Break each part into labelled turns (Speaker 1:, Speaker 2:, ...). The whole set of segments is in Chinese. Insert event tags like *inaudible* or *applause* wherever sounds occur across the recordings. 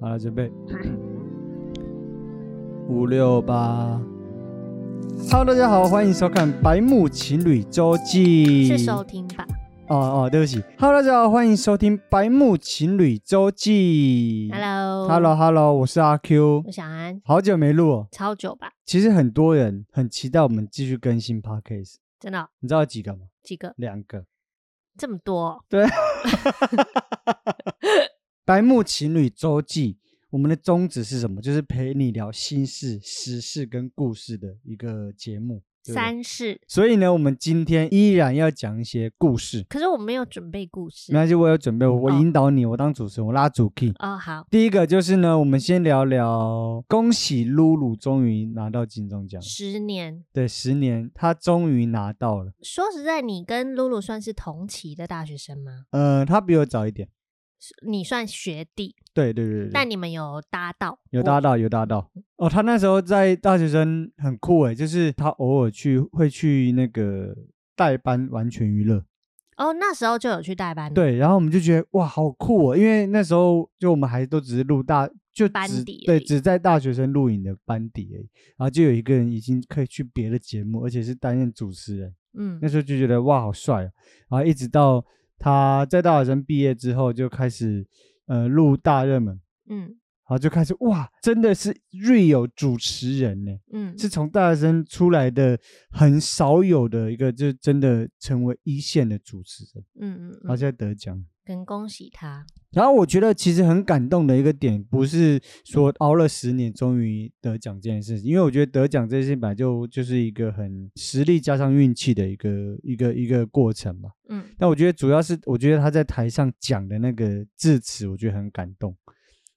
Speaker 1: 好了，准备。五六八。Hello，大家好，欢迎收看《白木情侣周记》。
Speaker 2: 是收听吧？
Speaker 1: 哦哦，对不起。Hello，大家好，欢迎收听《白木情侣周记》。
Speaker 2: Hello，
Speaker 1: Hello，Hello，我是阿 Q，
Speaker 2: 我想安，
Speaker 1: 好久没录、哦。
Speaker 2: 超久吧？
Speaker 1: 其实很多人很期待我们继续更新 Podcast，
Speaker 2: 真的哦、
Speaker 1: 你知道有几个吗？
Speaker 2: 几个
Speaker 1: 两个。
Speaker 2: 这么多哦、
Speaker 1: 白木情侣周记，我们的宗旨是什么？就是陪你聊心事、时事跟故事的一个节目。对不对
Speaker 2: 三世。
Speaker 1: 所以呢，我们今天依然要讲一些故事。
Speaker 2: 可是我没有准备故事
Speaker 1: 没关系，我有准备，我
Speaker 2: 哦
Speaker 1: 引导你，我当主持人，我拉主 key。
Speaker 2: 哦。好，
Speaker 1: 第一个就是呢，我们先聊聊，恭喜露露终于拿到金钟奖，
Speaker 2: 十年。
Speaker 1: 对，十年，她终于拿到了。
Speaker 2: 说实在，你跟露露算是同期的大学生吗？
Speaker 1: 呃，她比我早一点，
Speaker 2: 是你算学弟，
Speaker 1: 对对对对对
Speaker 2: 但，你们有搭到？
Speaker 1: 有搭
Speaker 2: 我。
Speaker 1: 到有搭到。哦，她那时候在大学生很酷诶，就是她偶尔去会去那个代班完全娱乐，
Speaker 2: 哦，那时候就有去代班。，
Speaker 1: 对，然后我们就觉得哇，好酷哦！因为那时候就我们还都只是录大，就
Speaker 2: 班
Speaker 1: 只
Speaker 2: 底
Speaker 1: 对，
Speaker 2: 而已
Speaker 1: 只在大学生录影的班底而已。然后就有一个人已经可以去别的节目，而且是担任主持人。
Speaker 2: 嗯
Speaker 1: 那，时候就觉得哇，好帅、哦！然后一直到他在大学生毕业之后，就开始呃录大热门，
Speaker 2: 嗯，
Speaker 1: 然后就开始哇，真的是 real 主持人呢，
Speaker 2: 嗯，
Speaker 1: 是从大学生出来的很少有的一个，就真的成为一线的主持人，
Speaker 2: 嗯嗯
Speaker 1: 然后
Speaker 2: 嗯，
Speaker 1: 现在得奖。
Speaker 2: 很恭喜他。
Speaker 1: 然后我觉得其实很感动的一个点，不是说熬了十年终于得奖这件事情，因为我觉得得奖这件事情本来就就是一个很实力加上运气的一个一个一个过程嘛。
Speaker 2: 嗯，
Speaker 1: 但我觉得主要是，我觉得他在台上讲的那个致辞，我觉得很感动。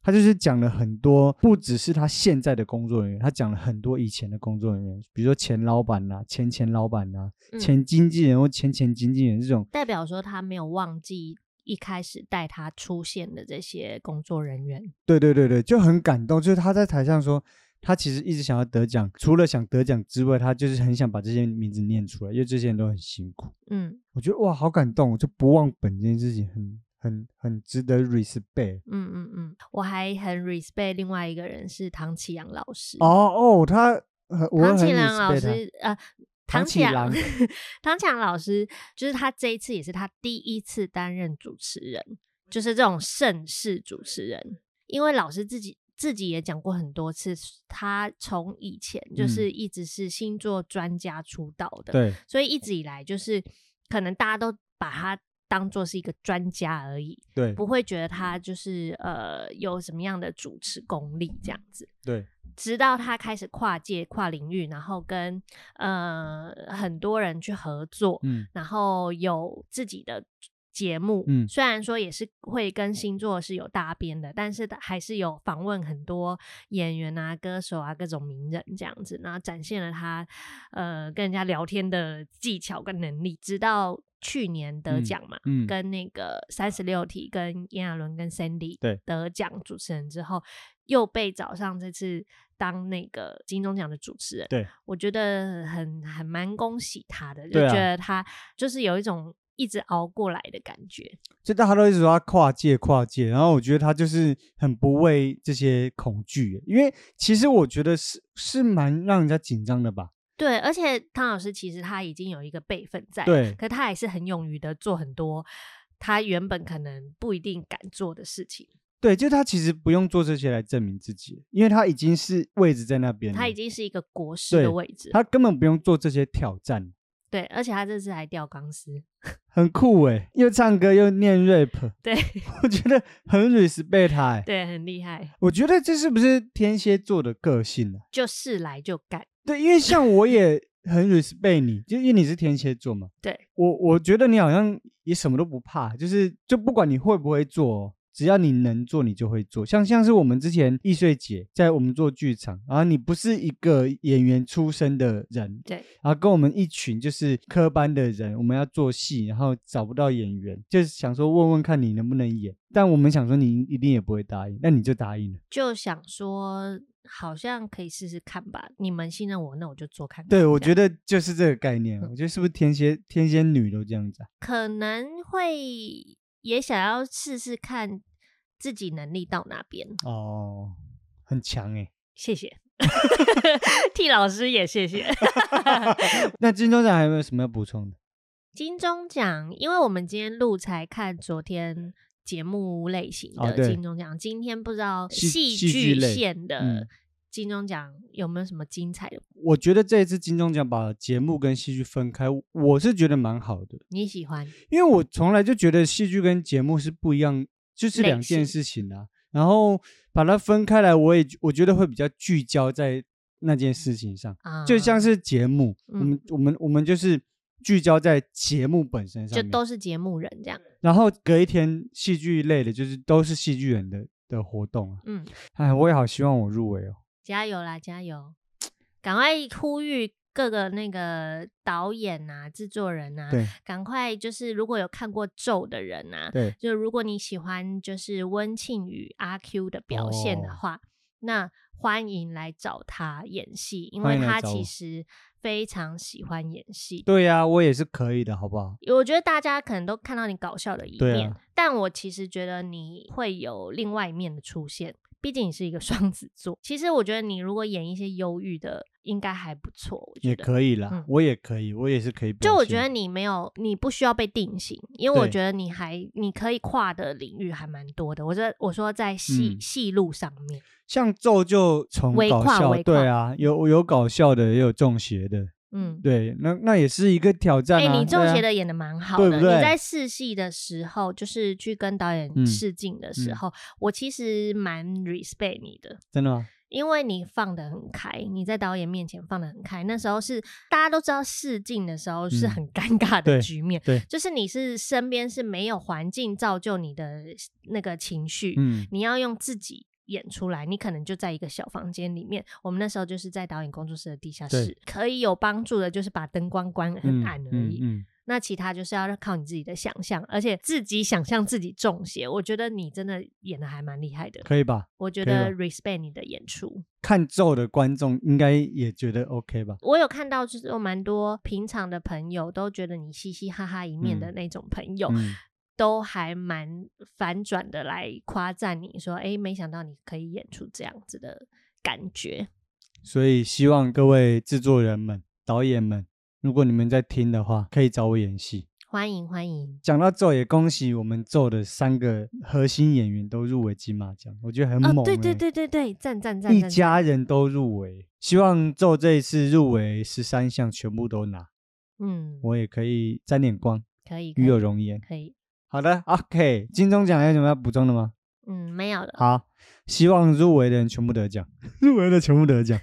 Speaker 1: 他就是讲了很多，不只是他现在的工作人员，他讲了很多以前的工作人员，比如说前老板呐、前前老板呐、
Speaker 2: 嗯
Speaker 1: 前经纪人或前前经纪人这种
Speaker 2: 代表说他没有忘记一开始带他出现的这些工作人员。
Speaker 1: 对对对对，就很感动。就是他在台上说，他其实一直想要得奖，除了想得奖之外，他就是很想把这些名字念出来，因为这些人都很辛苦。
Speaker 2: 嗯
Speaker 1: 我觉得哇，好感动！就不忘本这件事情很很很值得 respect。
Speaker 2: 嗯嗯嗯，我还很 respect 另外一个人是唐启阳老师。
Speaker 1: 哦哦，他很我
Speaker 2: 唐
Speaker 1: 很
Speaker 2: 启阳老
Speaker 1: respect 他。
Speaker 2: 师，呃，
Speaker 1: 唐
Speaker 2: 唐
Speaker 1: 启
Speaker 2: 启阳
Speaker 1: 阳，
Speaker 2: *laughs* 唐启阳老师，就是他这一次也是他第一次担任主持人，就是这种盛世主持人。因为老师自己自己也讲过很多次，他从以前就是一直是星座专家出道的，
Speaker 1: 嗯对
Speaker 2: 所以一直以来就是可能大家都把他当做是一个专家而已，
Speaker 1: 对
Speaker 2: 不会觉得他就是呃有什么样的主持功力这样子。
Speaker 1: 对，
Speaker 2: 直到他开始跨界、跨领域，然后跟呃很多人去合作，
Speaker 1: 嗯
Speaker 2: 然后有自己的节目。
Speaker 1: 嗯
Speaker 2: 虽然说也是会跟星座是有搭边的，但是还是有访问很多演员啊、歌手啊、各种名人这样子，然后展现了他呃跟人家聊天的技巧跟能力。直到去年得
Speaker 1: 嗯
Speaker 2: 奖嘛，
Speaker 1: 嗯，
Speaker 2: 跟那个三十六题、跟炎亚纶、跟 Sandy
Speaker 1: 对
Speaker 2: 得奖主持人之后，又被找上这次当那个金钟奖的主持人，
Speaker 1: 对
Speaker 2: 我觉得很很蛮恭喜他的，就
Speaker 1: 对啊
Speaker 2: 觉得他就是有一种一直熬过来的感觉。
Speaker 1: 就大家都一直说他跨界跨界，然后我觉得他就是很不畏这些恐惧，因为其实我觉得是是蛮让人家紧张的吧。
Speaker 2: 对，而且汤老师其实他已经有一个辈分在，，
Speaker 1: 对
Speaker 2: 可他还是很勇于的做很多他原本可能不一定敢做的事情，
Speaker 1: 对，就他其实不用做这些来证明自己，因为他已经是位置在那边了，
Speaker 2: 他已经是一个国师
Speaker 1: 对
Speaker 2: 的位置，
Speaker 1: 他根本不用做这些挑战，
Speaker 2: 对，而且他这次还吊钢丝，
Speaker 1: 很酷诶，又唱歌又念 rap，
Speaker 2: 对
Speaker 1: 我觉得很 respect 他诶。
Speaker 2: 对，很厉害。
Speaker 1: 我觉得这是不是天蝎座的个性啊呢、
Speaker 2: 就事来就干。
Speaker 1: 对，因为像我也很 respect 你，就因为你是天蝎座嘛。
Speaker 2: 对，
Speaker 1: 我我觉得你好像也什么都不怕，就是就不管你会不会做哦、只要你能做，你就会做。像像是我们之前易碎姐在我们做剧场，然后你不是一个演员出身的人，
Speaker 2: 对，
Speaker 1: 然后跟我们一群就是科班的人，我们要做戏，然后找不到演员，就是想说问问看你能不能演，但我们想说你一定也不会答应，那你就答应了。
Speaker 2: 就想说好像可以试试看吧。你们信任我，那我就做看看。
Speaker 1: 对，我觉
Speaker 2: 得
Speaker 1: 得就是这个概念。啊我觉得是不是天蝎天蝎女都这样子啊？
Speaker 2: 可能会也想要试试看自己能力到哪边。
Speaker 1: 哦，很强哎。
Speaker 2: 谢谢， *laughs* 替老师也
Speaker 1: *laughs*
Speaker 2: 谢谢。
Speaker 1: 那金钟奖还有没有什么要补充的？
Speaker 2: 金钟奖，因为我们今天录才看昨天节目类型
Speaker 1: 哦
Speaker 2: 的
Speaker 1: 对
Speaker 2: 金钟奖，今天不知道
Speaker 1: 戏
Speaker 2: 戏
Speaker 1: 戏剧
Speaker 2: 剧
Speaker 1: 类
Speaker 2: 线
Speaker 1: 嗯
Speaker 2: 的金钟奖有没有什么精彩的？
Speaker 1: 我觉得这一次金钟奖把节目跟戏剧分开，我是觉得蛮好的，
Speaker 2: 你喜欢？
Speaker 1: 因为我从来就觉得戏剧跟节目是不一样，就是
Speaker 2: 类
Speaker 1: 两件
Speaker 2: 型
Speaker 1: 事情啦、然后把它分开来，我也我觉得会比较聚焦在那件事情上，
Speaker 2: 啊、
Speaker 1: 就像是节目，我
Speaker 2: 嗯
Speaker 1: 们我们我们就是聚焦在节目本身上
Speaker 2: 呃就
Speaker 1: 面，
Speaker 2: 都是节目人这样，
Speaker 1: 然后隔一天戏剧类的，就是都是戏剧人的的活动啊。
Speaker 2: 嗯，
Speaker 1: 哎，我也好希望我入围哦。
Speaker 2: 加油啦，加油！赶快呼吁各个那个导演啊、制作人啊，
Speaker 1: 对
Speaker 2: 赶快就是如果有看过《咒》的人啊， *laughs*
Speaker 1: 对，
Speaker 2: 就如果你喜欢就是温庆宇阿 Q 的表现的
Speaker 1: 哦
Speaker 2: 话，那欢迎来找他演戏，因
Speaker 1: 欢
Speaker 2: 为
Speaker 1: 迎来
Speaker 2: 他
Speaker 1: 找我
Speaker 2: 其实非常喜欢演戏。
Speaker 1: 对呀、我也是可以的，好不好？
Speaker 2: 我觉得大家可能都看到你搞笑的一
Speaker 1: 对啊
Speaker 2: 面，但我其实觉得你会有另外一面的出现。毕竟你是一个 *laughs* 双子座，其实我觉得你如果演一些忧郁的，应该还不错。我觉
Speaker 1: 也
Speaker 2: 得，
Speaker 1: 可以啦，
Speaker 2: 嗯
Speaker 1: 我也可以，我也是可以表
Speaker 2: 就我
Speaker 1: 现。
Speaker 2: 觉得你没有，你不需要被定型，因为我
Speaker 1: 对
Speaker 2: 觉得你还你可以跨的领域还蛮多的。我这我说在戏
Speaker 1: 嗯
Speaker 2: 戏、路上面，
Speaker 1: 像咒就从
Speaker 2: 微
Speaker 1: 搞
Speaker 2: 跨
Speaker 1: 笑，
Speaker 2: 微
Speaker 1: 对
Speaker 2: 跨
Speaker 1: 啊，有有搞笑的，也有中邪的，
Speaker 2: 嗯，
Speaker 1: 对，那那也是一个挑战
Speaker 2: 哎、
Speaker 1: 啊。
Speaker 2: 你中
Speaker 1: 对啊
Speaker 2: 邪的演的蛮好
Speaker 1: 对
Speaker 2: 的。
Speaker 1: 不对
Speaker 2: 你在试戏的时候，就是去跟导演
Speaker 1: 嗯
Speaker 2: 试镜的时
Speaker 1: 嗯
Speaker 2: 候，我其实蛮 respect 你的。
Speaker 1: 真的吗？
Speaker 2: 因为你放得很开，你在导演面前放得很开。那时候是大家都知道试镜的时候是
Speaker 1: 嗯
Speaker 2: 很尴尬
Speaker 1: 对
Speaker 2: 的局面，
Speaker 1: 对
Speaker 2: 就是你是身边是没有环境造就你的那个情绪，
Speaker 1: 嗯，
Speaker 2: 你要用自己。演出来，你可能就在一个小房间里面。我们那时候就是在导演工作室的地下
Speaker 1: 对
Speaker 2: 室，可以有帮助的就是把灯光关
Speaker 1: 嗯
Speaker 2: 很暗而
Speaker 1: 嗯
Speaker 2: 已。
Speaker 1: 嗯
Speaker 2: 那其他就是要靠你自己的想象，而且自己想象自己中邪。我觉得你真的演的还蛮厉害的，
Speaker 1: 可以吧？
Speaker 2: 我觉
Speaker 1: 可以哦
Speaker 2: 得
Speaker 1: 吧
Speaker 2: respect 你的演出。
Speaker 1: 看咒的观众应该也觉得 OK 吧？
Speaker 2: 我有看到，就是有蛮多平常的朋友都觉得你嘻嘻哈哈一面的那种朋友，
Speaker 1: 嗯，
Speaker 2: 都还蛮反转的来夸赞你说：“哎、没想到你可以演出这样子的感觉。
Speaker 1: 所以希望各位制作人们、导演们，如果你们在听的话，可以找我演戏。”
Speaker 2: 欢迎欢迎，
Speaker 1: 讲到咒，也恭喜我们咒的三个核心演员都入围金马奖，我觉得很
Speaker 2: 哦
Speaker 1: 猛、欸，
Speaker 2: 对对对对对，赞赞赞
Speaker 1: 一
Speaker 2: 赞！
Speaker 1: 家人都入围，希望咒这一次入围十三项全部都拿，
Speaker 2: 嗯，
Speaker 1: 我也可以沾点光，
Speaker 2: 可以可
Speaker 1: 与有
Speaker 2: 以
Speaker 1: 容颜。
Speaker 2: 可以，
Speaker 1: 好的，OK，金钟奖还有什么要补充的吗？
Speaker 2: 嗯，没
Speaker 1: *laughs*
Speaker 2: 有了。
Speaker 1: 好，希望入围的人全部得奖， *laughs* 入围的全部得奖，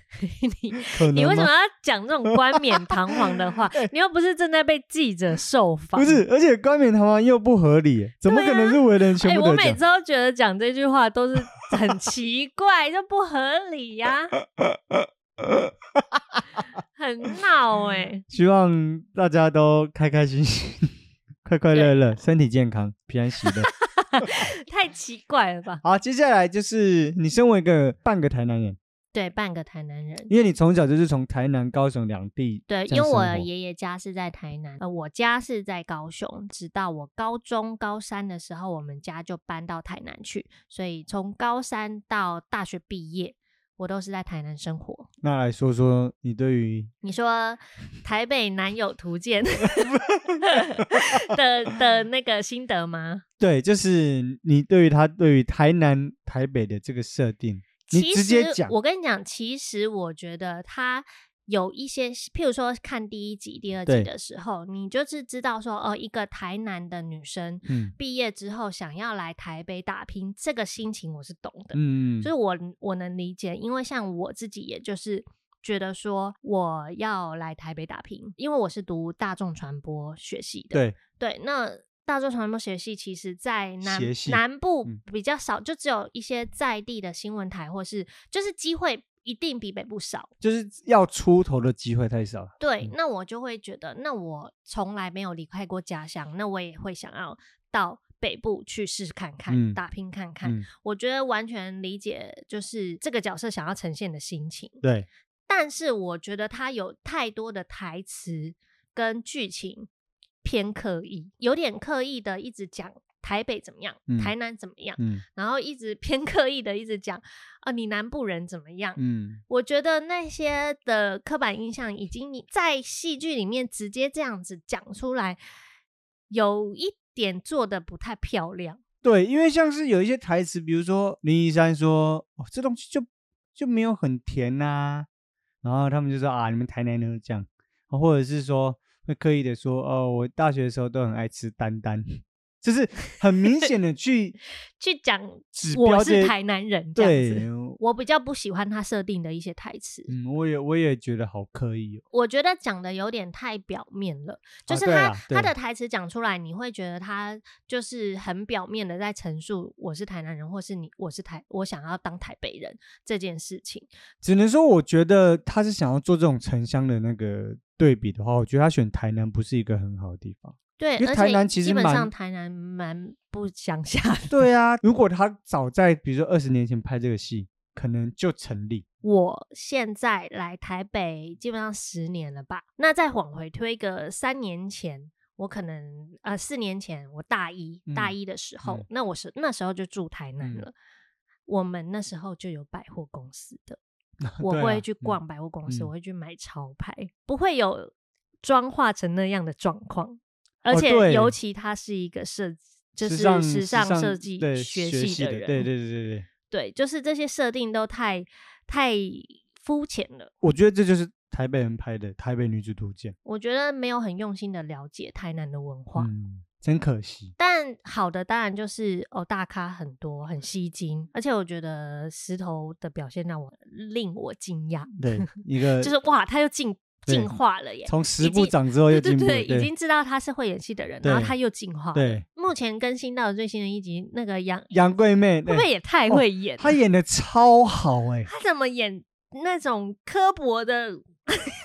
Speaker 2: 你
Speaker 1: 可
Speaker 2: 你
Speaker 1: 能
Speaker 2: 为什么
Speaker 1: 吗？哎
Speaker 2: 要讲这种冠冕堂皇的
Speaker 1: *laughs*
Speaker 2: 话？你又不是正在被记者受访，
Speaker 1: 不是，而且冠冕堂皇又不合理欸，怎么可能入围的人
Speaker 2: 哎、
Speaker 1: 全部
Speaker 2: 我
Speaker 1: 得
Speaker 2: 每
Speaker 1: 奖？
Speaker 2: 次都觉得讲这句话都是很奇怪，就不合理呀、很闹
Speaker 1: *laughs*
Speaker 2: 哎、
Speaker 1: 希望大家都开开心心、 *laughs* 快快乐乐、身体健康、平安喜
Speaker 2: *laughs*
Speaker 1: 乐。
Speaker 2: 太奇怪了吧？
Speaker 1: 好，接下来就是你身为一个半个台南人，
Speaker 2: 对，半个台南人。
Speaker 1: 因为你从小就是从台南、高雄两地
Speaker 2: 对，
Speaker 1: 这
Speaker 2: 因
Speaker 1: 样
Speaker 2: 为
Speaker 1: 生
Speaker 2: 我
Speaker 1: 活
Speaker 2: 爷爷家是在台南，呃，我家是在高雄，直到我高中高三的时候，我们家就搬到台南去，所以从高三到大学毕业，我都是在台南生活。
Speaker 1: 那来说说你对于 *laughs*
Speaker 2: 你说台北男友图鉴的的那个心得吗？
Speaker 1: 对，就是你对于他对于台南、台北的这个设定，你
Speaker 2: 其
Speaker 1: 直接
Speaker 2: 实
Speaker 1: 讲
Speaker 2: 我跟你讲，其实我觉得他有一些，譬如说看第一集、第二
Speaker 1: 对
Speaker 2: 集的时候，你就是知道说，哦，一个台南的女生
Speaker 1: 嗯
Speaker 2: 毕业之后想要来台北打拼，这个心情我是懂的，
Speaker 1: 嗯，
Speaker 2: 就是我我能理解，因为像我自己，也就是。觉得说我要来台北打拼，因为我是读大众传播学系的，
Speaker 1: 对
Speaker 2: 对，那大众传播学系其实，在南
Speaker 1: 学系
Speaker 2: 南部
Speaker 1: 嗯
Speaker 2: 比较少，就只有一些在地的新闻台，或是就是机会一定比北部少。
Speaker 1: 就是要出头的机会太少了。
Speaker 2: 对，
Speaker 1: 嗯
Speaker 2: 那我就会觉得，那我从来没有离开过家乡，那我也会想要到北部去试试看看，
Speaker 1: 嗯
Speaker 2: 打拼看看。
Speaker 1: 嗯，
Speaker 2: 我觉得完全理解，就是这个角色想要呈现的心情。
Speaker 1: 对，
Speaker 2: 但是我觉得他有太多的台词跟剧情偏刻意，有点刻意的一直讲。台北怎么样，
Speaker 1: 嗯
Speaker 2: 台南怎么样，
Speaker 1: 嗯
Speaker 2: 然后一直偏刻意的一直讲，啊，你南部人怎么样？
Speaker 1: 嗯
Speaker 2: 我觉得那些的刻板印象已经你在戏剧里面直接这样子讲出来，有一点做的不太漂亮。
Speaker 1: 对，因为像是有一些台词，比如说林一山说：“哦，这东西就就没有很甜呐、然后他们就说：“啊，你们台南人都这样。”哦或者是说会刻意的说：“哦，我大学的时候都很爱吃丹丹。”就是很明显的
Speaker 2: *laughs*
Speaker 1: 去
Speaker 2: 去讲
Speaker 1: 指标
Speaker 2: 我
Speaker 1: 这
Speaker 2: 是台南人这样
Speaker 1: 对
Speaker 2: 子，，我比较不喜欢他设定的一些台词，
Speaker 1: 嗯，我也我也觉得好刻意哦。
Speaker 2: 我觉得讲的有点太表面了。就
Speaker 1: 啊
Speaker 2: 是
Speaker 1: 对
Speaker 2: 他、
Speaker 1: 啦
Speaker 2: 他
Speaker 1: 对
Speaker 2: 的台词讲出来，你会觉得他就是很表面的在陈述我是台南人，或是你我是台我想要当台北人这件事情。
Speaker 1: 只能说，我觉得他是想要做这种城乡的那个对比的话，我觉得他选台南不是一个很好的地方。
Speaker 2: 对，
Speaker 1: 因为
Speaker 2: 而
Speaker 1: 台
Speaker 2: 且
Speaker 1: 南其
Speaker 2: 基
Speaker 1: 实
Speaker 2: 本
Speaker 1: 蛮
Speaker 2: 上台南蛮不乡下
Speaker 1: *laughs*
Speaker 2: 的。
Speaker 1: 对啊，如果他早在比如说二十年前拍这个戏，可能就成立。
Speaker 2: 我现在来台北基本上十年了吧，那再往回推个三年前，我可能呃四年前我大一、大
Speaker 1: 嗯
Speaker 2: 一的时候，
Speaker 1: 嗯
Speaker 2: 那我是那时候就住台南
Speaker 1: 嗯
Speaker 2: 了，我们那时候就有百货公司的，
Speaker 1: *laughs*
Speaker 2: 我
Speaker 1: 对啊
Speaker 2: 会去
Speaker 1: 嗯
Speaker 2: 逛百货公
Speaker 1: 嗯
Speaker 2: 司，我会去买潮牌，不会有妆化成那样的状况，而
Speaker 1: 哦
Speaker 2: 且
Speaker 1: 对
Speaker 2: 尤其他是一个设计。就
Speaker 1: 时
Speaker 2: 是
Speaker 1: 尚
Speaker 2: 时尚设计
Speaker 1: 对
Speaker 2: 学
Speaker 1: 学
Speaker 2: 系
Speaker 1: 系
Speaker 2: 的
Speaker 1: 的
Speaker 2: 人，
Speaker 1: 对对对对对，
Speaker 2: 对，就是这些设定都太太肤浅了，
Speaker 1: 我觉得这就是台北人拍的《台北女子图鉴》
Speaker 2: 我觉得没有很用心的了解台南的文化。
Speaker 1: 嗯，真可
Speaker 2: *laughs*
Speaker 1: 惜。
Speaker 2: 但好的当然就是哦，大咖很多，很吸睛，而且我觉得石头的表现让我令我惊讶，
Speaker 1: 对，一个
Speaker 2: 就是哇，他又进
Speaker 1: 呃对
Speaker 2: 进化了耶。
Speaker 1: 从
Speaker 2: 已
Speaker 1: 十部
Speaker 2: 经
Speaker 1: 长之后又
Speaker 2: 对对
Speaker 1: 进步了，
Speaker 2: 对，已经知道他是会演戏的人，然后他又进化。，
Speaker 1: 对
Speaker 2: 目前更新到的最新的一集，那个杨
Speaker 1: 杨贵妹，
Speaker 2: 会
Speaker 1: 对
Speaker 2: 不会也太
Speaker 1: 哦
Speaker 2: 会演了？
Speaker 1: 她演的超好哎、
Speaker 2: 他怎么演那种刻薄的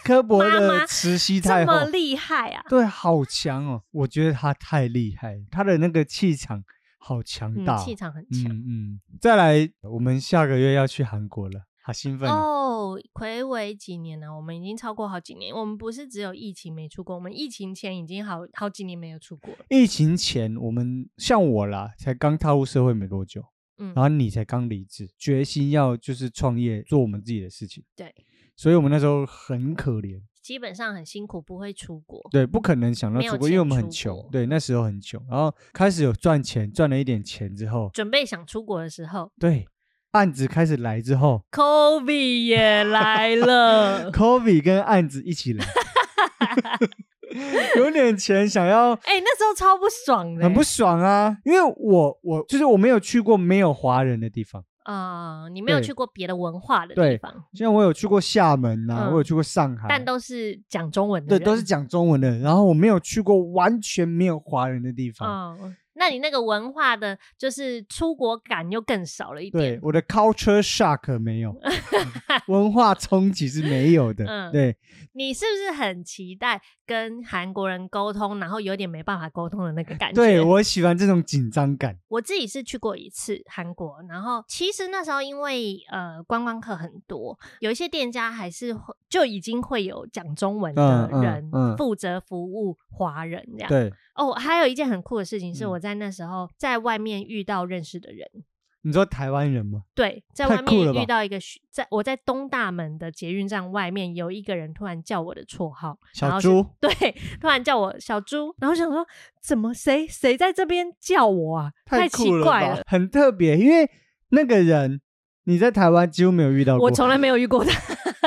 Speaker 1: 科博
Speaker 2: 妈妈
Speaker 1: 的慈禧
Speaker 2: 这
Speaker 1: 太后
Speaker 2: 么厉害啊？
Speaker 1: 对，好强哦！我觉得他太厉害了，他的那个气场好强
Speaker 2: 嗯
Speaker 1: 大、，哦
Speaker 2: 气场很强。
Speaker 1: 嗯嗯。再来，我们下个月要去韩国了，好兴奋哦！
Speaker 2: 哦，暌违几年了，我们已经超过好几年。我们不是只有疫情没出国，我们疫情前已经好好几年没有出国了。
Speaker 1: 疫情前，我们像我啦，才刚踏入社会没多久，
Speaker 2: 嗯
Speaker 1: 然后你才刚离职，决心要就是创业，做我们自己的事情。
Speaker 2: 对，
Speaker 1: 所以我们那时候很可怜，
Speaker 2: 基本上很辛苦，不会出国。
Speaker 1: 对，不可能想到
Speaker 2: 没有
Speaker 1: 出国，因为我
Speaker 2: 钱
Speaker 1: 们很
Speaker 2: 出
Speaker 1: 穷
Speaker 2: 国，
Speaker 1: 对，那时候很穷。然后开始有赚钱，赚了一点钱之后，
Speaker 2: 准备想出国的时候
Speaker 1: 对，案子开始来之后，
Speaker 2: ，COVID 也
Speaker 1: *laughs*
Speaker 2: 来了。
Speaker 1: Kobe 跟案子一起
Speaker 2: *laughs*
Speaker 1: 来， *laughs* 有点钱想要
Speaker 2: 哎、那时候超不爽的、欸
Speaker 1: 很不爽啊，因为我我就是我没有去过没有华人的地方，
Speaker 2: 啊、你没有
Speaker 1: 对
Speaker 2: 去过别的文化的地
Speaker 1: 对
Speaker 2: 方，
Speaker 1: 像我有去过厦门呐、
Speaker 2: 嗯
Speaker 1: 我有去过上海，
Speaker 2: 但都是讲中文的
Speaker 1: 对
Speaker 2: 人，
Speaker 1: 都是讲中文的，然后我没有去过完全没有华人的地方，
Speaker 2: 哦，那你那个文化的，就是出国感又更少了一
Speaker 1: 对
Speaker 2: 点。
Speaker 1: 我的 culture shock 没
Speaker 2: *laughs*
Speaker 1: 有，文化冲击是没有的，
Speaker 2: 嗯
Speaker 1: 对
Speaker 2: 你是不是很期待跟韩国人沟通，然后有点没办法沟通的那个感觉？
Speaker 1: 对我喜欢这种紧张感，
Speaker 2: 我自己是去过一次韩国，然后其实那时候因为呃观光客很多，有一些店家还是会就已经会有讲中文的
Speaker 1: 嗯嗯
Speaker 2: 人
Speaker 1: 嗯
Speaker 2: 负责服务华人这样。
Speaker 1: 对，
Speaker 2: 哦，还有一件很酷的事情是，
Speaker 1: 嗯
Speaker 2: 我在那时候在外面遇到认识的人，
Speaker 1: 你说台湾人吗？
Speaker 2: 对，在
Speaker 1: 太
Speaker 2: 外
Speaker 1: 酷
Speaker 2: 面
Speaker 1: 了吧
Speaker 2: 遇到一个学，在我在东大门的捷运站外面，有一个人突然叫我的绰号，然
Speaker 1: 小
Speaker 2: 后是
Speaker 1: 猪，
Speaker 2: *laughs* 对，突然叫我小猪，然后想说怎么谁谁在这边叫我啊，太奇
Speaker 1: 酷
Speaker 2: 怪
Speaker 1: 吧，很特别，因为那个人你在台湾几乎没有遇到过，
Speaker 2: 我从来没有遇过
Speaker 1: *laughs*
Speaker 2: 他。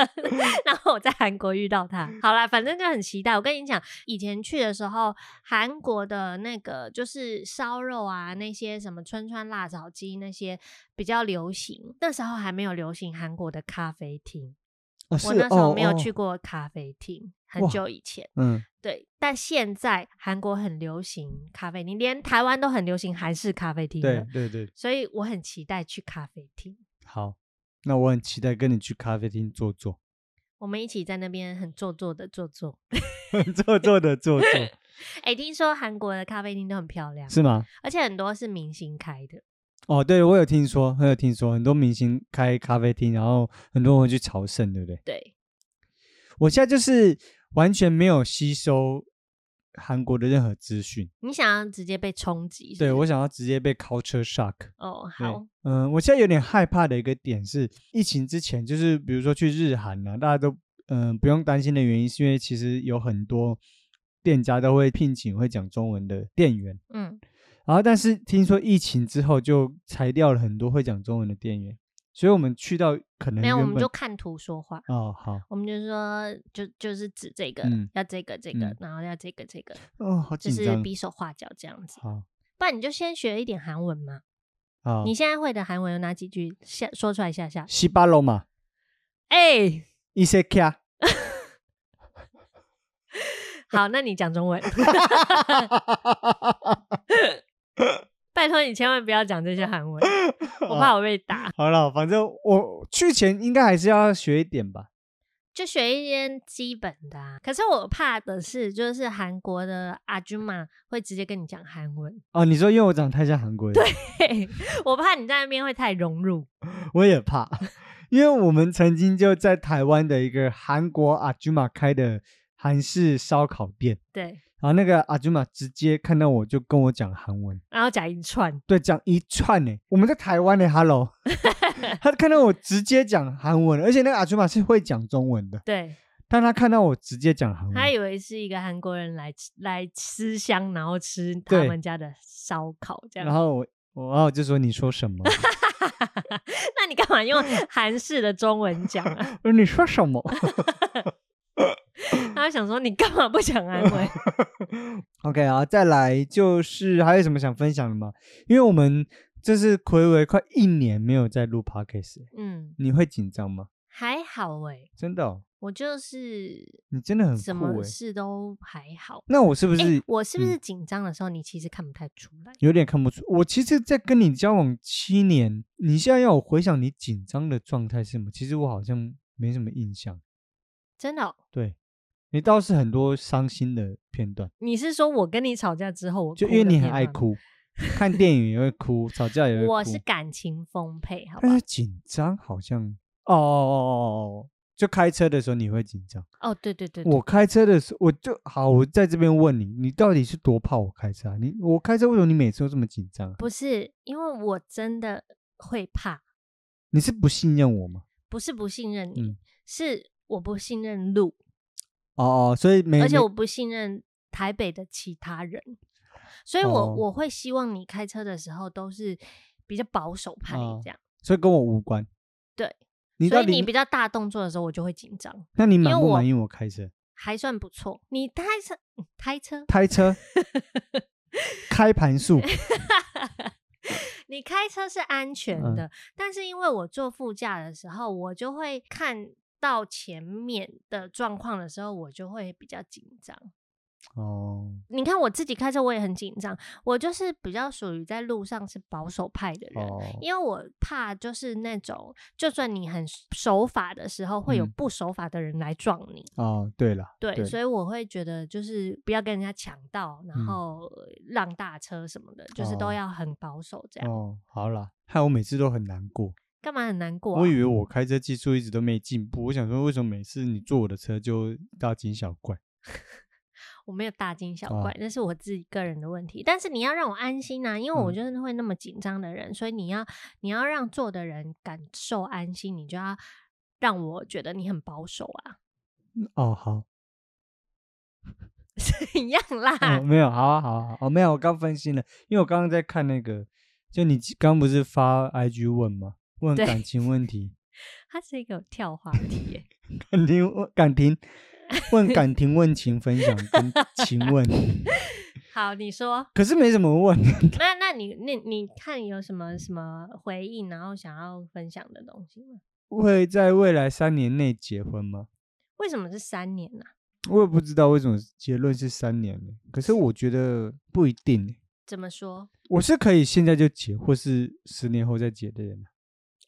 Speaker 2: 然后我在韩国遇到他，好啦，反正就很期待。我跟你讲，以前去的时候，韩国的那个就是烧肉啊，那些什么春川辣炒鸡那些比较流行，那时候还没有流行韩国的咖啡厅，
Speaker 1: 哦
Speaker 2: 我
Speaker 1: 是
Speaker 2: 那时候
Speaker 1: 哦
Speaker 2: 没有
Speaker 1: 哦
Speaker 2: 去过咖啡厅，很
Speaker 1: 哇
Speaker 2: 久以前。
Speaker 1: 嗯，
Speaker 2: 对，但现在韩国很流行咖啡厅，连台湾都很流行韩式咖啡厅
Speaker 1: 对
Speaker 2: 了，
Speaker 1: 对对，
Speaker 2: 所以我很期待去咖啡厅。
Speaker 1: 好，那我很期待跟你去咖啡厅坐坐，
Speaker 2: 我们一起在那边很做作的做作。
Speaker 1: 坐坐的坐坐，
Speaker 2: 哎、听说韩国的咖啡厅都很漂亮，
Speaker 1: 是吗？
Speaker 2: 而且很多是明星开的。
Speaker 1: 哦，对，我有听说，我有听说，很多明星开咖啡厅，然后很多人会去朝圣，对不对？
Speaker 2: 对，
Speaker 1: 我现在就是完全没有吸收韩国的任何资讯。
Speaker 2: 你想要直接被冲击是不是？
Speaker 1: 对我想要直接被 culture shock。
Speaker 2: 哦，
Speaker 1: 对
Speaker 2: 好，，
Speaker 1: 嗯，我现在有点害怕的一个点是，疫情之前就是比如说去日韩啊呢、大家都嗯、不用担心的原因，是因为其实有很多店家都会聘请会讲中文的店员，
Speaker 2: 嗯，
Speaker 1: 然后但是听说疫情之后就裁掉了很多会讲中文的店员，所以我们去到可能
Speaker 2: 没有，我
Speaker 1: 原
Speaker 2: 们
Speaker 1: 本
Speaker 2: 就看图说话。
Speaker 1: 哦好
Speaker 2: 我们就说，就就是指这个，
Speaker 1: 嗯
Speaker 2: 要这个这个
Speaker 1: 嗯，
Speaker 2: 然后要这个这个，
Speaker 1: 哦好
Speaker 2: 就
Speaker 1: 紧
Speaker 2: 是
Speaker 1: 张，
Speaker 2: 比手画脚这样子。
Speaker 1: 好
Speaker 2: 不然你就先学一点韩文嘛。
Speaker 1: 好
Speaker 2: 你，现在会的韩文有哪几句？下说出来下下。
Speaker 1: 西巴罗嘛，
Speaker 2: 哎、
Speaker 1: 伊塞卡，
Speaker 2: *laughs* 好，那你讲中文。 *laughs* 拜托你千万不要讲这些韩
Speaker 1: *laughs*
Speaker 2: 文，我怕我被打。
Speaker 1: 哦好了，反正我去前应该还是要学一点吧。
Speaker 2: 就学一些基本的、啊。可是我怕的是，就是韩国的阿舅妈会直接跟你讲韩文， *laughs*
Speaker 1: 哦，你说因为我长得太像韩国人，对
Speaker 2: 嘿我怕你在那边会太融入。
Speaker 1: 我也怕，因为我们曾经就在台湾的一个韩国阿祖玛开的韩式烧烤店，
Speaker 2: 对，
Speaker 1: 然后那个阿祖玛直接看到我就跟我讲韩文，
Speaker 2: 然后讲一串，
Speaker 1: 对，讲一串呢、我们在台湾呢、h e l l
Speaker 2: *laughs*
Speaker 1: o 他看到我直接讲韩文，而且那个阿祖玛是会讲中文的，
Speaker 2: 对
Speaker 1: 但他看到我直接讲韩文，
Speaker 2: 他以为是一个韩国人来吃来吃香，然后吃他
Speaker 1: 对
Speaker 2: 们家的烧烤这
Speaker 1: 然
Speaker 2: 样。
Speaker 1: 后我我然后我就说你说什么？
Speaker 2: *laughs* 那你干
Speaker 1: *laughs*
Speaker 2: 嘛用韩式的中文讲啊？
Speaker 1: 我说你说什么？ *laughs*
Speaker 2: 他想说你干嘛不讲韩文？
Speaker 1: OK 啊，再来就是还有什么想分享的吗？因为我们这是暌违快一年没有在录 podcast，了
Speaker 2: 嗯，
Speaker 1: 你会紧张吗？
Speaker 2: 还好诶、
Speaker 1: 真的、哦，
Speaker 2: 我就是
Speaker 1: 你真的很
Speaker 2: 什
Speaker 1: 酷诶。
Speaker 2: 么事都还好。
Speaker 1: 那我是不
Speaker 2: 欸
Speaker 1: 是
Speaker 2: 我是不
Speaker 1: 嗯
Speaker 2: 是紧张的时候，你其实看不太出来？
Speaker 1: 有点看不出？我其实，在跟你交往七年，你现在要我回想你紧张的状态是什么？其实我好像没什么印象。
Speaker 2: 真的哦、
Speaker 1: 对你倒是很多伤心的片段，
Speaker 2: 你是说我跟你吵架之后，我
Speaker 1: 就
Speaker 2: 哭
Speaker 1: 因为
Speaker 2: 的
Speaker 1: 你
Speaker 2: 片
Speaker 1: 很爱
Speaker 2: 段吗，
Speaker 1: 哭，看电影也会哭，吵架也会哭。
Speaker 2: 我是感情丰沛，好吧
Speaker 1: 但？是紧张好像哦哦哦哦哦，就开车的时候你会紧张。
Speaker 2: 哦，对对对，对
Speaker 1: 我开车的时候，我就好，我在这边问你，你到底是多怕我开车、啊？你我开车为什么你每次都这么紧张啊、
Speaker 2: 不是因为我真的会怕，
Speaker 1: 你是不信任我吗？
Speaker 2: 不是不信任你，
Speaker 1: 嗯
Speaker 2: 是我不信任路，
Speaker 1: 哦哦，所以没
Speaker 2: 而且
Speaker 1: 没
Speaker 2: 我不信任台北的其他人，所以我、
Speaker 1: 哦
Speaker 2: 我会希望你开车的时候都是比较保守派
Speaker 1: 哦
Speaker 2: 这样，
Speaker 1: 所以跟我无关。
Speaker 2: 对，
Speaker 1: 你
Speaker 2: 所
Speaker 1: 到
Speaker 2: 以
Speaker 1: 底
Speaker 2: 你比较大动作的时候，我就会紧张。
Speaker 1: 那你
Speaker 2: 因
Speaker 1: 满
Speaker 2: 为
Speaker 1: 不
Speaker 2: 我
Speaker 1: 满意我开车？
Speaker 2: 还算不错，你开车，嗯开车，
Speaker 1: 开
Speaker 2: *laughs*
Speaker 1: 车，开盘数
Speaker 2: 你开车是安全
Speaker 1: 嗯
Speaker 2: 的，但是因为我坐副驾的时候，我就会看到前面的状况的时候，我就会比较紧张。
Speaker 1: 哦
Speaker 2: 你看我自己开车，我也很紧张，我就是比较属于在路上是保守派的人。
Speaker 1: 哦，
Speaker 2: 因为我怕就是那种，就算你很守法的时候，会有
Speaker 1: 嗯
Speaker 2: 不守法的人来撞你。
Speaker 1: 哦，对了，
Speaker 2: 对，
Speaker 1: 对
Speaker 2: 所以我会觉得就是不要跟人家抢道，然
Speaker 1: 嗯
Speaker 2: 后让大车什么的，就是
Speaker 1: 哦
Speaker 2: 都要很保守这样。
Speaker 1: 哦，好啦，害我每次都很难过。
Speaker 2: 干嘛很难过、啊？
Speaker 1: 我以为我开车技术一直都没进步，我想说为什么每次你坐我的车就大惊小
Speaker 2: *laughs*
Speaker 1: 怪？
Speaker 2: 我没有大惊小
Speaker 1: 哦
Speaker 2: 怪，那是我自己个人的问题。但是你要让我安心呐、因为我
Speaker 1: 嗯
Speaker 2: 就是会那么紧张的人，所以你要你要让坐的人感受安心，你就要让我觉得你很保守啊， *laughs*
Speaker 1: 哦，好，
Speaker 2: 怎样啦？ *laughs*
Speaker 1: 哦，没有，好啊，好啊，好啊哦，没有，我刚分心了，因为我刚刚在看那个，就你刚不是发 IG 问吗？问
Speaker 2: 对
Speaker 1: 感情问题，
Speaker 2: 他是一个跳话题耶、 *laughs*
Speaker 1: 感情 *laughs* 问感情，问感情问情分享跟情问，
Speaker 2: 好，你说，
Speaker 1: 可是没什么问，
Speaker 2: 那那你那你看有什么什么回应，然后想要分享的东西吗？
Speaker 1: 会在未来三年内结婚吗？
Speaker 2: 为什么是三年呢、
Speaker 1: 我也不知道为什么结论是三年呢，可是我觉得不一定呢。
Speaker 2: 怎么说？
Speaker 1: 我是可以现在就结，或是十年后再结的人啊。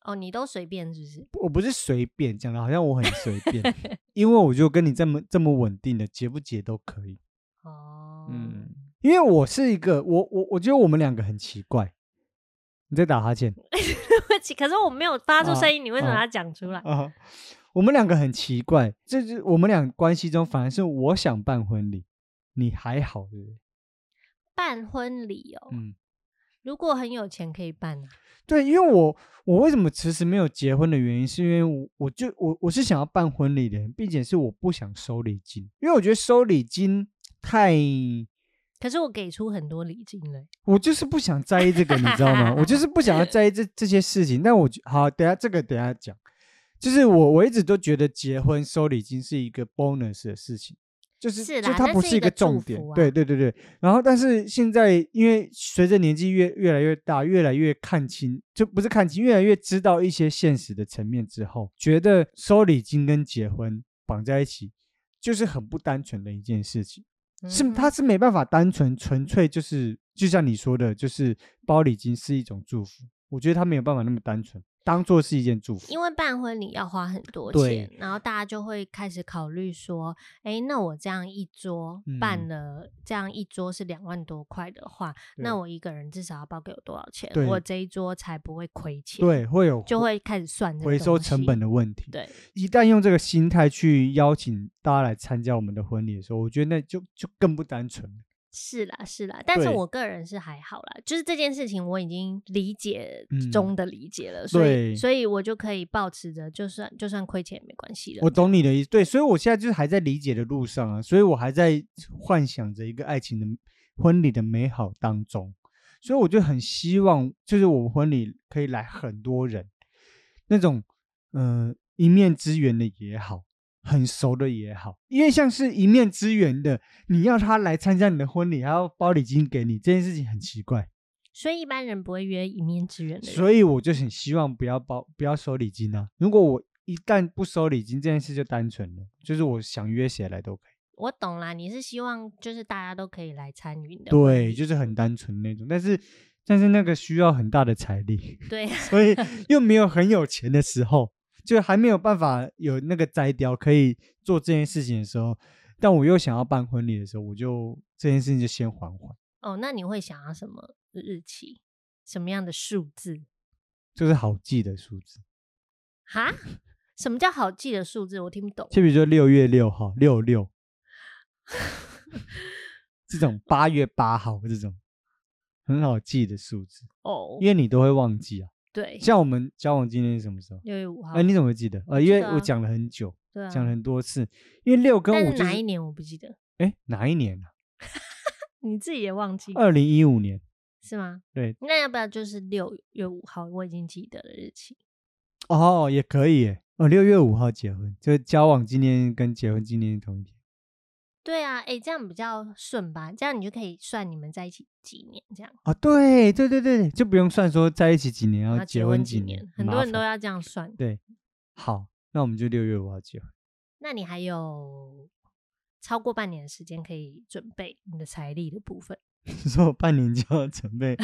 Speaker 2: 哦，你都随便是不是？
Speaker 1: 我不是随便讲的，好像我很随便，因为我就跟你这么这么稳定的，结不结都可以。
Speaker 2: 哦，
Speaker 1: 嗯，因为我是一个，我我我觉得我们两个很奇怪。你在打哈欠
Speaker 2: *laughs* 对不起，可是我没有发出
Speaker 1: 啊
Speaker 2: 声音，你为什么
Speaker 1: 啊
Speaker 2: 要讲出来？
Speaker 1: 啊？我们两个很奇怪，这就是我们俩关系中，反而是我想办婚礼，你还好对不对？
Speaker 2: 办婚礼哦，
Speaker 1: 嗯，
Speaker 2: 如果很有钱可以办啊。
Speaker 1: 对，因为我我为什么迟迟没有结婚的原因，是因为我我就我我是想要办婚礼的人，并且是我不想收礼金，因为我觉得收礼金太，
Speaker 2: 可是我给出很多礼金了，
Speaker 1: 我就是不想在意这个，你知道吗？我就是不想要在意这这些事情。但我觉好，等一下这个等一下讲，就是我我一直都觉得结婚收礼金是一个 bonus 的事情。就是
Speaker 2: 是
Speaker 1: 就
Speaker 2: 啦
Speaker 1: 它
Speaker 2: 那
Speaker 1: 不
Speaker 2: 是
Speaker 1: 是
Speaker 2: 一
Speaker 1: 一个
Speaker 2: 个祝
Speaker 1: 重点，
Speaker 2: 福啊
Speaker 1: 对对对对。然后，但是现在因为随着年纪越越来越大，越来越看清，就不是看清，越来越知道一些现实的层面之后，觉得收礼金跟结婚绑在一起，就是很不单纯的一件事情。是
Speaker 2: 嗯
Speaker 1: 它是没办法单纯纯粹就是，就像你说的，就是包礼金是一种祝福，我觉得它没有办法那么单纯，当做是一件祝福。
Speaker 2: 因为办婚礼要花很多
Speaker 1: 对
Speaker 2: 钱，然后大家就会开始考虑说，哎，那我这样一桌、办
Speaker 1: 嗯
Speaker 2: 了这样一桌是两万多块的话，那
Speaker 1: 对
Speaker 2: 我一个人至少要包给我多少钱
Speaker 1: 对？
Speaker 2: 我这一桌才不会亏钱，，
Speaker 1: 对会有
Speaker 2: 就
Speaker 1: 回
Speaker 2: 会开始算这个
Speaker 1: 回收
Speaker 2: 东
Speaker 1: 成
Speaker 2: 西
Speaker 1: 本。的问题。
Speaker 2: 对，
Speaker 1: 一旦用这个心态去邀请大家来参加我们的婚礼的时候，我觉得那就就更不单纯了。
Speaker 2: 是啦，是啦，但是
Speaker 1: 对
Speaker 2: 我个人是还好啦，就是这件事情我已经理解
Speaker 1: 嗯
Speaker 2: 中的理解了，所
Speaker 1: 对
Speaker 2: 以所以我就可以保持着，就算就算亏钱也没关系的。
Speaker 1: 我懂你的意思，对，所以我现在就是还在理解的路上啊，所以我还在幻想着一个爱情的婚礼的美好当中，所以我就很希望，就是我们婚礼可以来很多人，那种呃一面之缘的也好，很熟的也好，因为像是一面之缘的，你要他来参加你的婚礼，还要包礼金给你，这件事情很奇怪。
Speaker 2: 所以一般人不会约一面之缘的人。
Speaker 1: 所以我就很希望不要包，不要收礼金啊。如果我一旦不收礼金，这件事就单纯了，就是我想约谁来都可以。
Speaker 2: 我懂啦，你是希望就是大家都可以来参与的婚
Speaker 1: 对，
Speaker 2: 礼，
Speaker 1: 就是很单纯那种。但是，但是那个需要很大的财力， *laughs*
Speaker 2: 对啊
Speaker 1: 所以又没有很有钱的时候，就还没有办法有那个摘雕可以做这件事情的时候，但我又想要办婚礼的时候，我就这件事情就先缓缓，
Speaker 2: 哦，那你会想要什么日期？什么样的数字？
Speaker 1: 就是好记的数字。
Speaker 2: 哈？什么叫好记的数字？我听不懂。
Speaker 1: 就比如说六月六号、六六这
Speaker 2: *laughs* 哦
Speaker 1: 种，八月八号这种很好记的数字，
Speaker 2: 哦
Speaker 1: 因，为你都会忘记啊。
Speaker 2: 对，
Speaker 1: 像我们交往纪念是什么时候？
Speaker 2: 六月五号。
Speaker 1: 哎，你怎么会记得？呃，
Speaker 2: 知
Speaker 1: 因为
Speaker 2: 道
Speaker 1: 我
Speaker 2: 啊
Speaker 1: 讲了很久，
Speaker 2: 对啊，
Speaker 1: 讲了很多次。因为六跟
Speaker 2: 但
Speaker 1: 五
Speaker 2: 是
Speaker 1: 就
Speaker 2: 哪一
Speaker 1: 是
Speaker 2: 年我不记得，
Speaker 1: 哎哪一年啊？
Speaker 2: 你自己也忘记
Speaker 1: 二零一五年。
Speaker 2: 是吗？
Speaker 1: 对，
Speaker 2: 那要不要就是六月五号？我已经记得了日期。
Speaker 1: 哦，也可以耶。哦，六月五号结婚，就是交往纪念日跟结婚纪念日同一天。
Speaker 2: 对啊，哎，这样比较顺吧？这样你就可以算你们在一起几年，这样
Speaker 1: 啊，对对对对，就不用算说在一起几年，然后
Speaker 2: 然后
Speaker 1: 呃结
Speaker 2: 啊婚
Speaker 1: 几
Speaker 2: 几
Speaker 1: 年，
Speaker 2: 很
Speaker 1: 麻
Speaker 2: 多人都
Speaker 1: 烦
Speaker 2: 要这样算。
Speaker 1: 好，那我们就六月五号结婚。
Speaker 2: 那你还有超过半年的时间可以准备你的财力的部分。
Speaker 1: 你 *laughs* 说我半年就要准备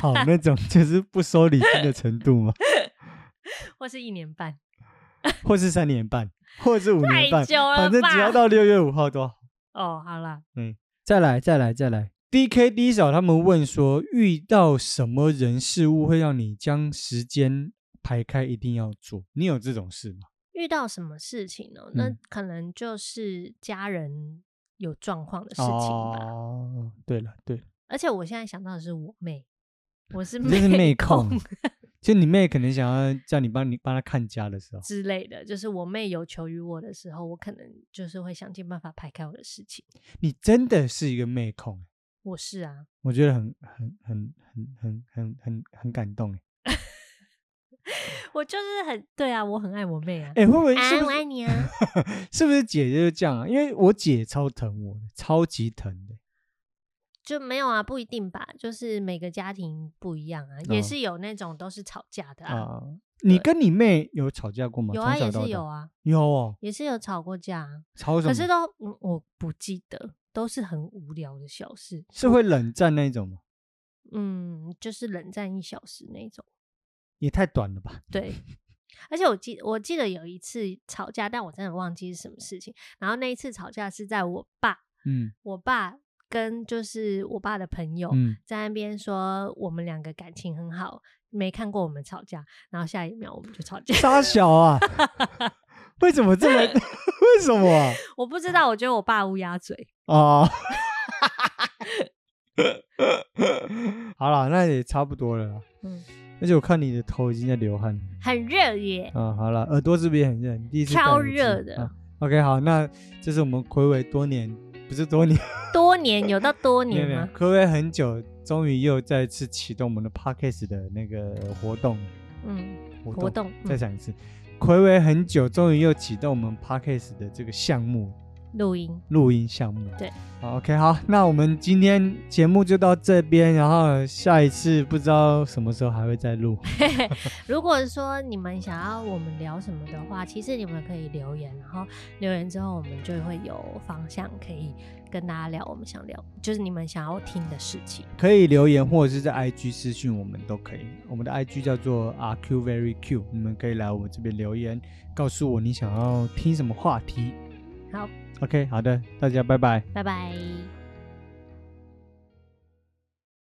Speaker 1: 好那种，就是不收礼金的程度
Speaker 2: *laughs*
Speaker 1: 吗？
Speaker 2: 或是一年半，
Speaker 1: 或是三年半，或是五年
Speaker 2: 太
Speaker 1: 半，
Speaker 2: 久了
Speaker 1: 反正只要
Speaker 2: 吧
Speaker 1: 到六月五号都好。
Speaker 2: 哦，好啦，
Speaker 1: 再来，再来，再来。D K D 嫂他们问说，遇到什么人事物会让你将时间排开，一定要做？你有这种事吗？
Speaker 2: 遇到什么事情呢、那
Speaker 1: 嗯
Speaker 2: 可能就是家人有状况的事情吧。
Speaker 1: 哦，对了，
Speaker 2: *laughs*
Speaker 1: 对了，
Speaker 2: 而且我现在想到的是我妹，我是
Speaker 1: 你这是妹
Speaker 2: 控
Speaker 1: 控，就你妹可能想要叫你帮你帮她看家的时候，
Speaker 2: 之类的，就是我妹有求于我的时候，我可能就是会想尽办法排开我的事情。
Speaker 1: 你真的是一个妹控。
Speaker 2: 我是啊，
Speaker 1: 我觉得很很很很很很很很感动哎
Speaker 2: 我就是很对啊，我很爱我妹啊。
Speaker 1: 哎、欸会不会是
Speaker 2: 啊，
Speaker 1: 不
Speaker 2: 我爱
Speaker 1: 是
Speaker 2: 你 *laughs* 啊！
Speaker 1: *laughs* 是不是姐姐就这样啊？因为我姐超疼我的，超级疼的。
Speaker 2: 就没有啊，不一定吧，就是每个家庭不一样啊，
Speaker 1: 哦
Speaker 2: 也是有那种都是吵架的啊，
Speaker 1: 啊、你跟你妹有吵架过吗？
Speaker 2: 有
Speaker 1: 从
Speaker 2: 啊，
Speaker 1: 小
Speaker 2: 也
Speaker 1: 到
Speaker 2: 是有
Speaker 1: 大，
Speaker 2: 啊，
Speaker 1: 有哦，
Speaker 2: 也是有吵过架啊，
Speaker 1: 吵什么？
Speaker 2: 可是都、嗯、我不记得，都是很无聊的小事，
Speaker 1: 是会冷战那种吗？
Speaker 2: 嗯，就是冷战一小时那种，
Speaker 1: 也太短了吧？
Speaker 2: 对。而且我记我记得有一次吵架，但我真的忘记是什么事情。然后那一次吵架是在我爸，
Speaker 1: 嗯
Speaker 2: 我爸跟就是我爸的朋友，
Speaker 1: 嗯，
Speaker 2: 在那边说我们两个感情很好，没看过我们吵架，然后下一秒我们就吵架。
Speaker 1: 傻小啊！为什么这么？为什么啊？
Speaker 2: *laughs* 我不知道，我觉得我爸乌鸦嘴。 *laughs*
Speaker 1: 哦， *laughs* 好了，那也差不多了啦。
Speaker 2: 嗯，
Speaker 1: 而且我看你的头已经在流汗了
Speaker 2: 很热耶。
Speaker 1: 啊。好了，耳朵是不是也很热？你第一次戴
Speaker 2: 超
Speaker 1: 耳机
Speaker 2: 热的
Speaker 1: 啊 OK，好，那这是我们暌违多年，不是多年，
Speaker 2: 多年有到多
Speaker 1: 没有
Speaker 2: 年
Speaker 1: 没有
Speaker 2: 吗？
Speaker 1: 暌违很久，终于又再次启动我们的 Podcast 的那个活动
Speaker 2: 嗯，
Speaker 1: 活动。
Speaker 2: 活动。
Speaker 1: 再
Speaker 2: 嗯
Speaker 1: 讲一次，暌违很久，终于又启动我们 Podcast 的这个项目
Speaker 2: 录音，
Speaker 1: 录音项目。
Speaker 2: 对
Speaker 1: 好，OK，好，那我们今天节目就到这边，然后下一次不知道什么时候还会再录。
Speaker 2: *laughs* 如果说你们想要我们聊什么的话，其实你们可以留言，然后留言之后我们就会有方向可以跟大家聊我们想聊，就是你们想要听的事情。
Speaker 1: 可以留言或者是在 IG 私讯我们都可以。我们的 IG 叫做 RQ Very Q，你们可以来我们这边留言，告诉我你想要听什么话题。
Speaker 2: 好，
Speaker 1: OK，好的，大家拜拜。
Speaker 2: 拜拜。